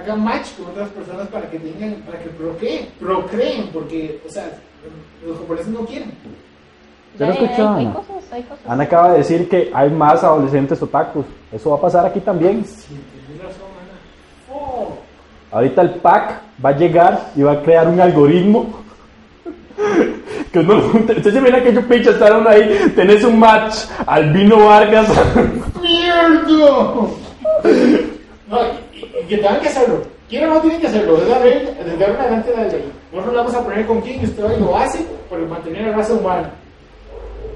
haga match con otras personas para que tengan, para que procreen, procreen, porque, o sea, los japoneses no quieren.
Yo lo
Ya, ya,
escucho,
hay, hay
Ana.
cosas, hay cosas.
Ana acaba de decir que hay más adolescentes otakus. Eso va a pasar aquí también.
Sí, tenés razón, Ana. Oh,
Ahorita el pack va a llegar y va a crear un algoritmo. Que uno, usted se mira que yo pinche estaron ahí, tenés un match, Albino Vargas.
¡Mierdo! No, y, y- y que tengan que hacerlo. Quieren o no tienen que hacerlo. Es la regla, desde ahora en adelante la ley. Nosotros la vamos a poner con quién y usted hoy lo hace por mantener la raza humana.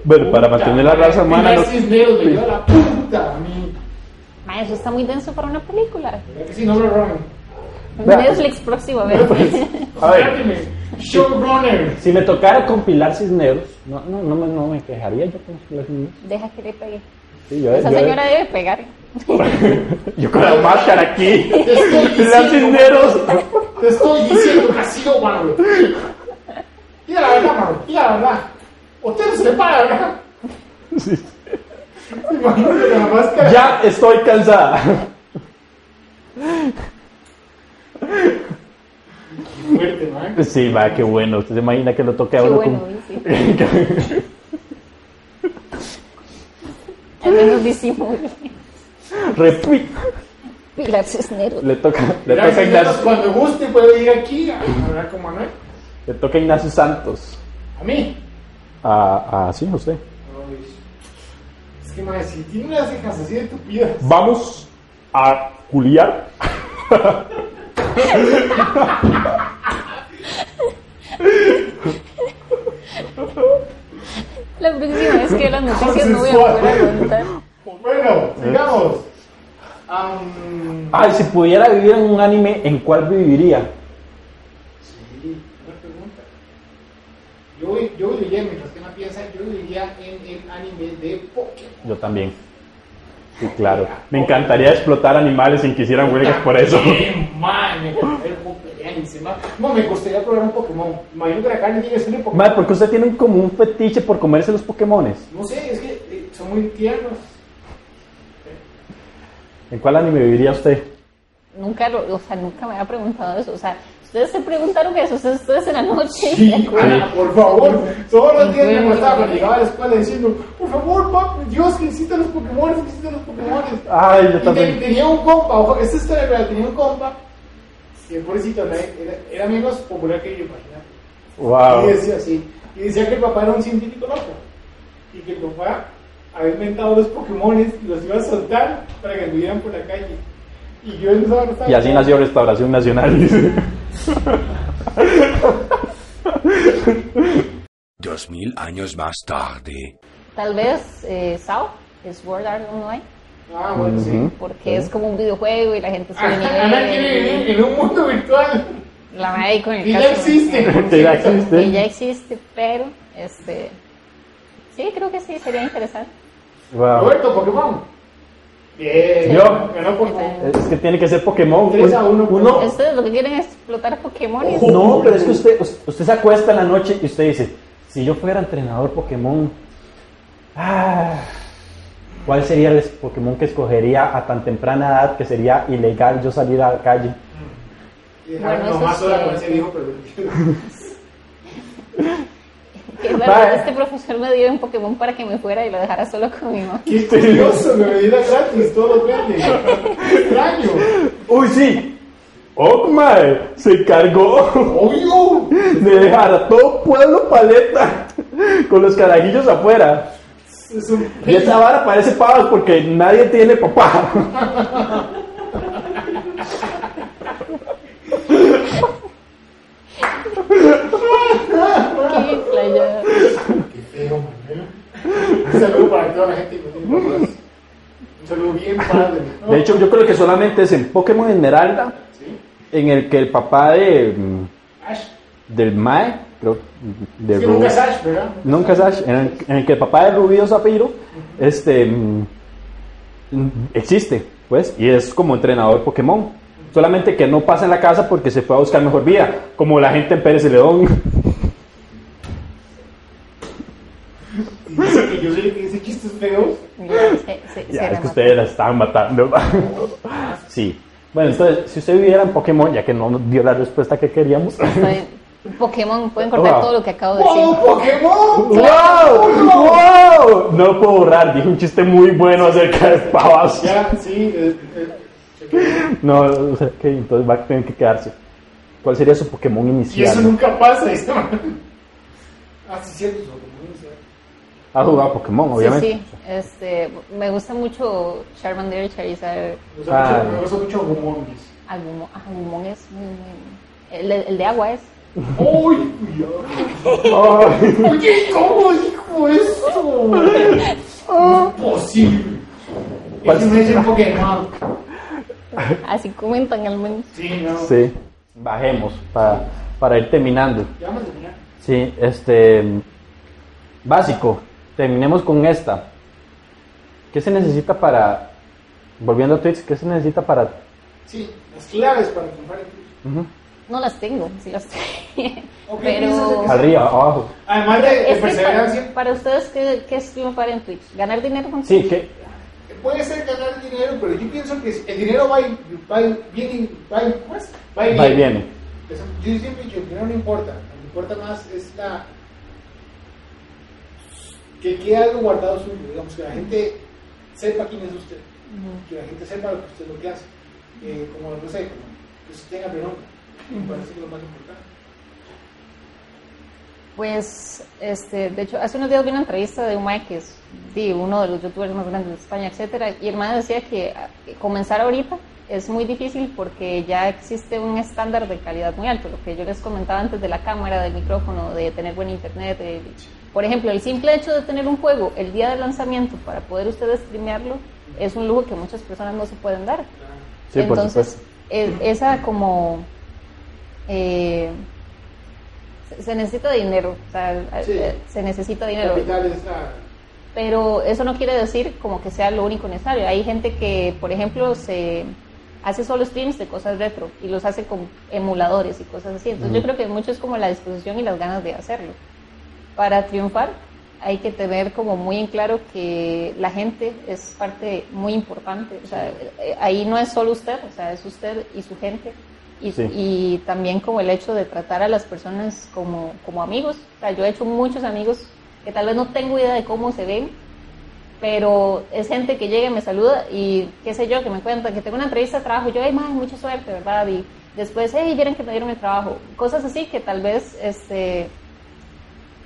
Bueno, para mantener la raza humana.
No...
no-
Cisneros me dio la puta a mí.
Ma, eso está muy denso para una película.
¿Verdad que sí? No lo roben.
Vea. Pues.
Netflix próximamente.
A ver.
Espérate, Showrunner.
Si me tocara compilar Cisneros, no, no, no, me- no me quejaría yo con Compilar Cisneros.
Deja que le pegue.
Sí, yo,
Esa
yo-
señora debe pegar.
yo con la máscara aquí.
Te estoy
Compilar
diciendo,
Cisneros.
te estoy diciendo que ha sido malo. Diga la verdad, mano. Diga la verdad. Usted no se le para, ¿verdad? Sí. Imagínate la máscara.
Ya estoy cansada.
Fuerte, man.
Sí, va, qué bueno. Usted se imagina que lo toque a
Qué
uno
bueno,
con-
sí. Al menos disimula.
Repi-
Pilar Cisneros.
Le toca, le
Mira,
toca a
si
Ignacio.
no, Cuando guste puede ir aquí a hablar con Manuel.
Le toca a Ignacio Santos.
A mí.
A, a sí, a usted.
Ay, Es que, madre, si tiene unas cejas así de tupidas.
Vamos a culiar.
La próxima vez que las noticias no voy a
Consensuado.
poder aguantar.
pues Bueno, sigamos. Am,
Eh. Ay, si pudiera vivir en un anime, ¿en cuál viviría?
sí, una pregunta. Yo, voy- yo viviría, mientras que Ana piensa, yo viviría en el anime de Pokémon.
Yo también. Sí, claro. Me encantaría explotar animales sin que hicieran huelgas por eso.
Eh, man, me gustaría el Pokémon, encima. No, me gustaría probar un Pokémon. Imagino que la carne tiene que ser de Pokémon.
Madre, ¿por qué usted tiene como un fetiche por comerse los Pokémones?
No sé, es que eh, son muy tiernos.
¿En cuál anime viviría usted?
Nunca, lo- o sea, nunca me había preguntado eso. O sea, ustedes se preguntaron eso, ustedes, ustedes en la noche.
Sí, Ana, por favor. Todos los días me
Bueno.
acostaba cuando llegaba a la escuela diciendo, por favor, papá, Dios, que existen los Pokémon, que existen los Pokémon.
Ay, Ah, yo
Y te-
también.
tenía un compa, ojo, esta historia es real, tenía un compa, que pobrecito, ¿no? era, era menos popular que yo, imagínate.
Wow.
Y decía así, y decía que el papá era un científico loco, y que el papá había inventado los Pokémon y los iba a soltar para que anduvieran por la calle. Y yo en esa Ah,
Y así nació Restauración Nacional. dice.
2000 años más tarde.
Tal vez eh, Sao, Sword Art Online,
Ah, bueno, sí.
porque es como un videojuego y la gente sube
Ajá, Ana quiere
nivel.
vivir en un mundo virtual.
La madre ahí con el
Que ah, ya
casco.
existe.
Que ya existe.
Que ya existe, pero este. Sí, creo que sí, sería interesante.
Wow.
Roberto, Pokémon. Bien.
Yo.
Ganó Pokémon.
Es que tiene que ser Pokémon.
Tres a uno. pues.
uno
Ustedes lo que quieren es explotar Pokémon. y-
No, pero es que usted, usted se acuesta en la noche y usted dice, si yo fuera entrenador Pokémon, ah, ¿cuál sería el Pokémon que escogería a tan temprana edad que sería ilegal yo salir a la calle?
Y
Bueno, eso
nomás
sí.
sola con ese viejo pervertido.
Que la verdad, este profesor me dio un Pokémon para que me fuera y lo dejara solo con mi mamá.
Qué curioso, me venía gratis, todos los verdes. Extraño.
Uy, sí. Ogmar se encargó
Obvio.
de dejar a todo pueblo paleta con los carajillos afuera.
Es un
Y esa vara parece pavos porque nadie tiene papá.
Qué playa.
Qué feo, Manuel. Un saludo para toda la gente que tiene papás. Un saludo bien padre.
De hecho, yo creo que solamente es en Pokémon Esmeralda
¿Sí?
en el que el papá de, mm,
Ash.
del Mae, creo, de
Es que
Ru-
nunca es Ash, ¿verdad?
Nunca es Ash, en el, en el que el papá de Rubio Zafiro este, mm, mm, existe, pues, y es como entrenador Pokémon. Solamente que no pasa en la casa porque se fue a buscar mejor vida, como la gente en Pérez de León.
Y dice que yo sé que ese chiste es feo.
Mira, se- se- se
Ya, es
remata.
que ustedes la estaban matando. sí. Bueno, entonces, si usted viviera en Pokémon, ya que no nos dio la respuesta que queríamos.
Está bien. Pokémon, pueden cortar
Wow.
todo lo que acabo de decir.
¡Oh, Pokémon!
¡Wow! No lo puedo borrar, dije un chiste muy bueno acerca de pavas.
Ya, sí. eh, eh, chequé.
No, o sea, que entonces va a tener que quedarse. ¿Cuál sería su Pokémon
Y eso
inicial?
nunca pasa. ¿eh? Ah, sí, cierto. su Pokémon, sí.
Ha jugado Ah, Pokémon, obviamente.
Sí, sí. Este, me gusta mucho Charmander, Charizard,
Me gusta
Ah.
mucho- Me gusta mucho Gomonguis.
Agumon. Ah, Agumon es muy, muy- El, de- el de agua es.
¡Ay, cuidado!
Ay,
Oye, ¿cómo dijo eso? Imposible.
¿Cuál
Ese no es el Pokémon.
Así comentan al menos.
Sí, no.
sí. Bajemos para, para ir terminando.
Ya vamos a terminar.
Sí, este. Básico. Terminemos con esta. ¿Qué se necesita para. Volviendo a Twitch, ¿qué se necesita para.?
Sí, las claves para comprar el curso.
Ujú,
No las tengo, sí las tengo.
Ok,
Pero.
entonces,
Arriba, abajo.
Además de, de
Es que para,
perseverancia,
para ustedes, ¿qué, qué es triunfar en Twitch? ¿Ganar dinero con
Sí,
Twitch?
que.
puede ser ganar dinero, pero yo pienso que el dinero va y, va y viene, y- va y, ¿cómo es? Va y
Va y
viene.
viene.
Pues, Yo siempre he dicho, el dinero no importa. Lo que importa más es la... Que quede algo guardado suyo. Digamos, que la gente sepa quién es usted. Que la gente sepa lo que usted lo que hace. Eh, como, no sé, como pues, que usted tenga renombre. Me parece que es lo más importante.
Pues, este, de hecho, hace unos días vi una entrevista de un mae que es sí, uno de los youtubers más grandes de España, etcétera, y el mae decía que ah, que comenzar ahorita es muy difícil porque ya existe un estándar de calidad muy alto, lo que yo les comentaba antes de la cámara, del micrófono, de tener buen internet. de- por ejemplo, el simple hecho de tener un juego el día de lanzamiento para poder ustedes streamearlo es un lujo que muchas personas no se pueden dar.
Sí, por
Entonces,
supuesto.
e- esa como... eh, se- se necesita dinero, o sea,
Sí.
eh, se necesita dinero,
Capital es la...
pero eso no quiere decir como que sea lo único necesario. Hay gente que, por ejemplo, se hace solo streams de cosas retro y los hace con emuladores y cosas así. Entonces yo creo que mucho es como la disposición y las ganas de hacerlo. Para triunfar hay que tener como muy en claro que la gente es parte muy importante. O sea, eh, ahí no es solo usted, o sea, es usted y su gente. Y,
Sí.
y también como el hecho de tratar a las personas como, como amigos. O sea, yo he hecho muchos amigos que tal vez no tengo idea de cómo se ven, pero es gente que llega y me saluda y qué sé yo, que me cuenta que tengo una entrevista de trabajo, yo, ay, madre, mucha suerte, ¿verdad? Y después, hey, vieron que me dieron el trabajo. Cosas así que tal vez, este,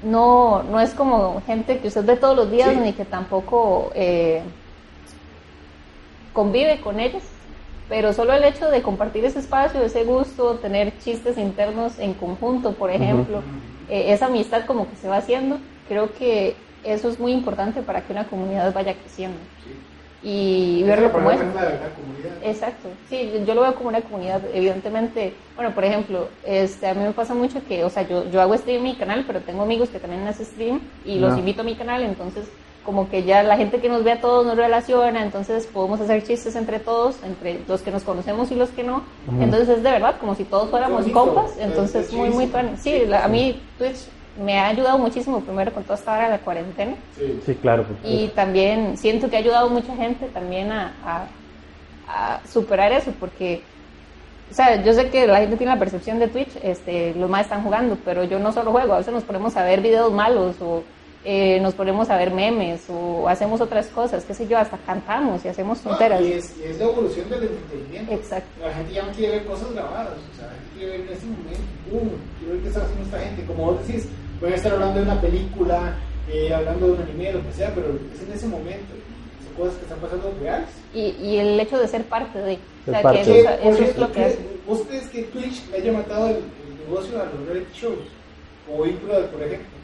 no, no es como gente que usted ve todos los días
Sí.
ni que tampoco eh, convive con ellos. Pero solo el hecho de compartir ese espacio, ese gusto, tener chistes internos en conjunto, por ejemplo, eh, esa amistad como que se va haciendo, creo que eso es muy importante para que una comunidad vaya creciendo. Y verlo como
Para
eso.
la verdad, comunidad.
Exacto, sí, yo- yo lo veo como una comunidad, evidentemente, bueno, por ejemplo, este, a mí me pasa mucho que, o sea, yo, yo hago stream en mi canal, pero tengo amigos que también hacen stream y los
Ah.
invito a mi canal, entonces como que ya la gente que nos ve a todos nos relaciona, entonces podemos hacer chistes entre todos, entre los que nos conocemos y los que no, entonces es de verdad como si todos fuéramos
Bonito,
compas,
eh,
entonces muy, muy
muchísimo.
fan. Sí, la- a mí Twitch me ha ayudado muchísimo, primero con toda esta hora de la cuarentena,
Sí.
Sí, claro. por
y
supuesto.
también siento que ha ayudado a mucha gente también a, a- a superar eso, porque, o sea, yo sé que la gente tiene la percepción de Twitch, este, los más están jugando, pero yo no solo juego, a veces nos ponemos a ver videos malos o eh, nos ponemos a ver memes o hacemos otras cosas, qué sé yo, hasta cantamos y hacemos tonteras.
Y es, y es la evolución del entretenimiento.
Exacto.
La gente ya no quiere ver cosas grabadas, o sea, la gente quiere ver en este momento, boom, quiero ver qué está haciendo esta gente. Como vos decís, pueden estar hablando de una película, eh, hablando de un anime, lo que sea, pero es en ese momento. Son cosas que están pasando reales.
Y, y el hecho de ser parte de... o sea,
parte.
que eso,
Por
eso es
cierto,
lo que
¿qué-
hace.
¿Vos crees que Twitch le haya matado el, el negocio a los reality shows o vínculos, por ejemplo.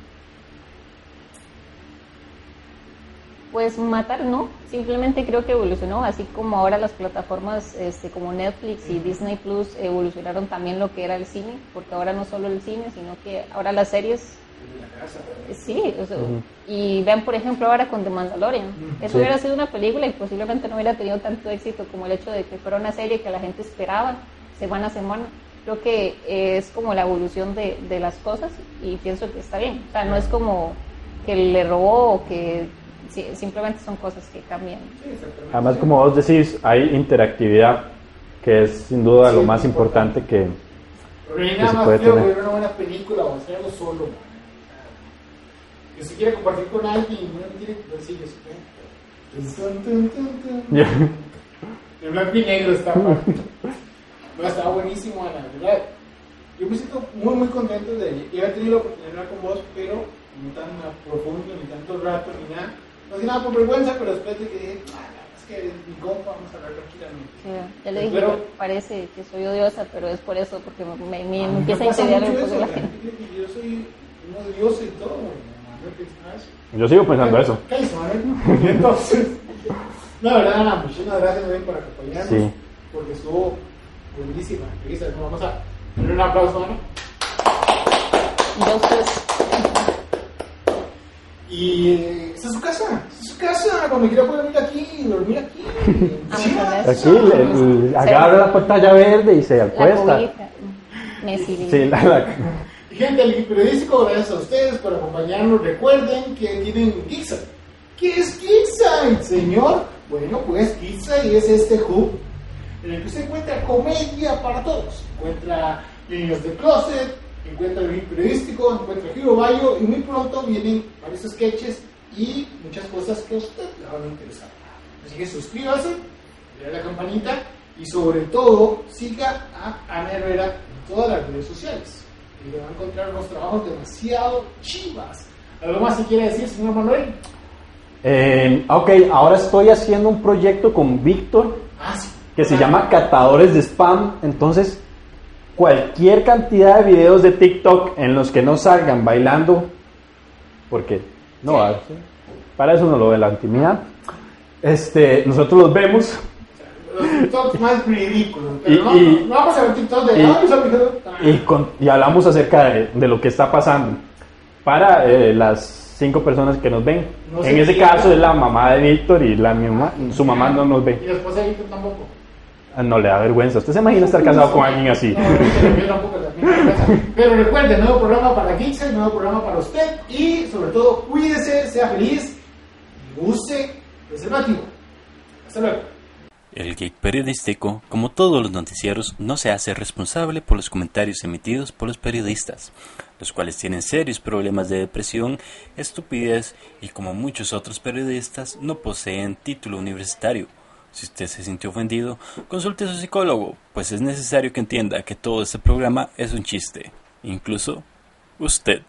Pues matar no, simplemente creo que evolucionó, así como ahora las plataformas este, como Netflix y Disney Plus evolucionaron también lo que era el cine, porque ahora no solo el cine, sino que ahora las series, eh, sí, o sea, y vean por ejemplo ahora con The Mandalorian, eso hubiera sido una película y posiblemente no hubiera tenido tanto éxito como el hecho de que fuera una serie que la gente esperaba semana a semana. Creo que eh, es como la evolución de, de las cosas y pienso que está bien, o sea, no es como que le robó o que Sí, simplemente son cosas que cambian.
Además, como vos decís, hay interactividad, que es sin duda
Sí,
lo
es
más
importante.
importante, que...
Pero no hay
que
nada
se
más
puede
feo que
tener.
ver una buena película o hacerlo solo. man. O sea, Que si quiere compartir con alguien, uno no tiene que perseguir su mente. El blanco y negro está mal. No, estaba buenísimo, Ana, de ¿verdad? Yo me siento muy, muy contento de y haber tenido la oportunidad de hablar con vos, pero no tan a profundo, ni tanto rato, ni nada. No sé nada por vergüenza, pero después de que dije, "Ah, no, es que es mi compa, vamos a hablar tranquilamente.
Sí, ya le dije,
Pues, Pero-
parece que soy odiosa, pero es por eso, porque me, me- me
A mí
empieza a
Ah, pasa
incendiar
mucho
un
eso,
poco la
la
gente.
gente cree que Yo soy un odioso y todo, güey. Manuel, ¿qué estás?
Yo sigo pensando Pues eso.
Cállese, Manuel. Y Entonces, la verdad, Ana, muchísimas gracias también por acompañarnos.
Sí.
Porque estuvo buenísima. Luisa, ¿no? Vamos a darle un aplauso, Ana.
Entonces,
Y eh, esta es su casa, esta es su casa. Cuando quiera puede venir aquí y dormir aquí. Sí,
Vamos a ver.
Aquí le- le- agarra la pantalla verde y se
la
acuesta.
cobija, me sirvió.
Sí, la- la-
Gente del Geek Periodístico, gracias a ustedes por acompañarnos. Recuerden que tienen Geekside. ¿Qué es Geekside, señor? Bueno, pues Geekside es este hub en el que se encuentra comedia para todos. Encuentra niños de closet, encuentra el Geek Periodístico, encuentra Giro Bayo y muy pronto vienen varios sketches y muchas cosas que a usted le van a interesar. Así que suscríbase, dale a la campanita y sobre todo siga a Ana Herrera en todas las redes sociales. Y le va a encontrar unos trabajos demasiado chivas. ¿Algo más que quiere decir, señor Manuel?
Eh, ok, ahora estoy haciendo un proyecto con Víctor
Ah, sí.
que se llama Catadores de Spam. Entonces, cualquier cantidad de videos de TikTok en los que no salgan bailando, porque no va a- Para eso no lo ve la intimidad. Este, nosotros los vemos.
Los TikToks más ridículos. Pero
Y-
no,
y-
no vamos a ver TikTok de.
y-
"Ay, mis amigos".
y, con- y hablamos acerca de, de lo que está pasando para eh, las cinco personas que nos ven.
No
en
sé
ese
quién.
caso es la mamá de Víctor y la mi mamá- su mamá no nos
Y
ve.
después de TikTok tampoco.
Ah, No le da vergüenza. ¿Usted se imagina estar casado con alguien así?
No, no, no, yo tampoco, también me pasa. Pero recuerde, nuevo programa para Geekset, nuevo programa para usted y sobre todo cuídese, sea feliz y use preservativo. Hasta luego.
El Geek Periodístico, como todos los noticieros, no se hace responsable por los comentarios emitidos por los periodistas, los cuales tienen serios problemas de depresión, estupidez y, como muchos otros periodistas, no poseen título universitario. Si usted se sintió ofendido, consulte a su psicólogo, pues es necesario que entienda que todo este programa es un chiste, incluso usted.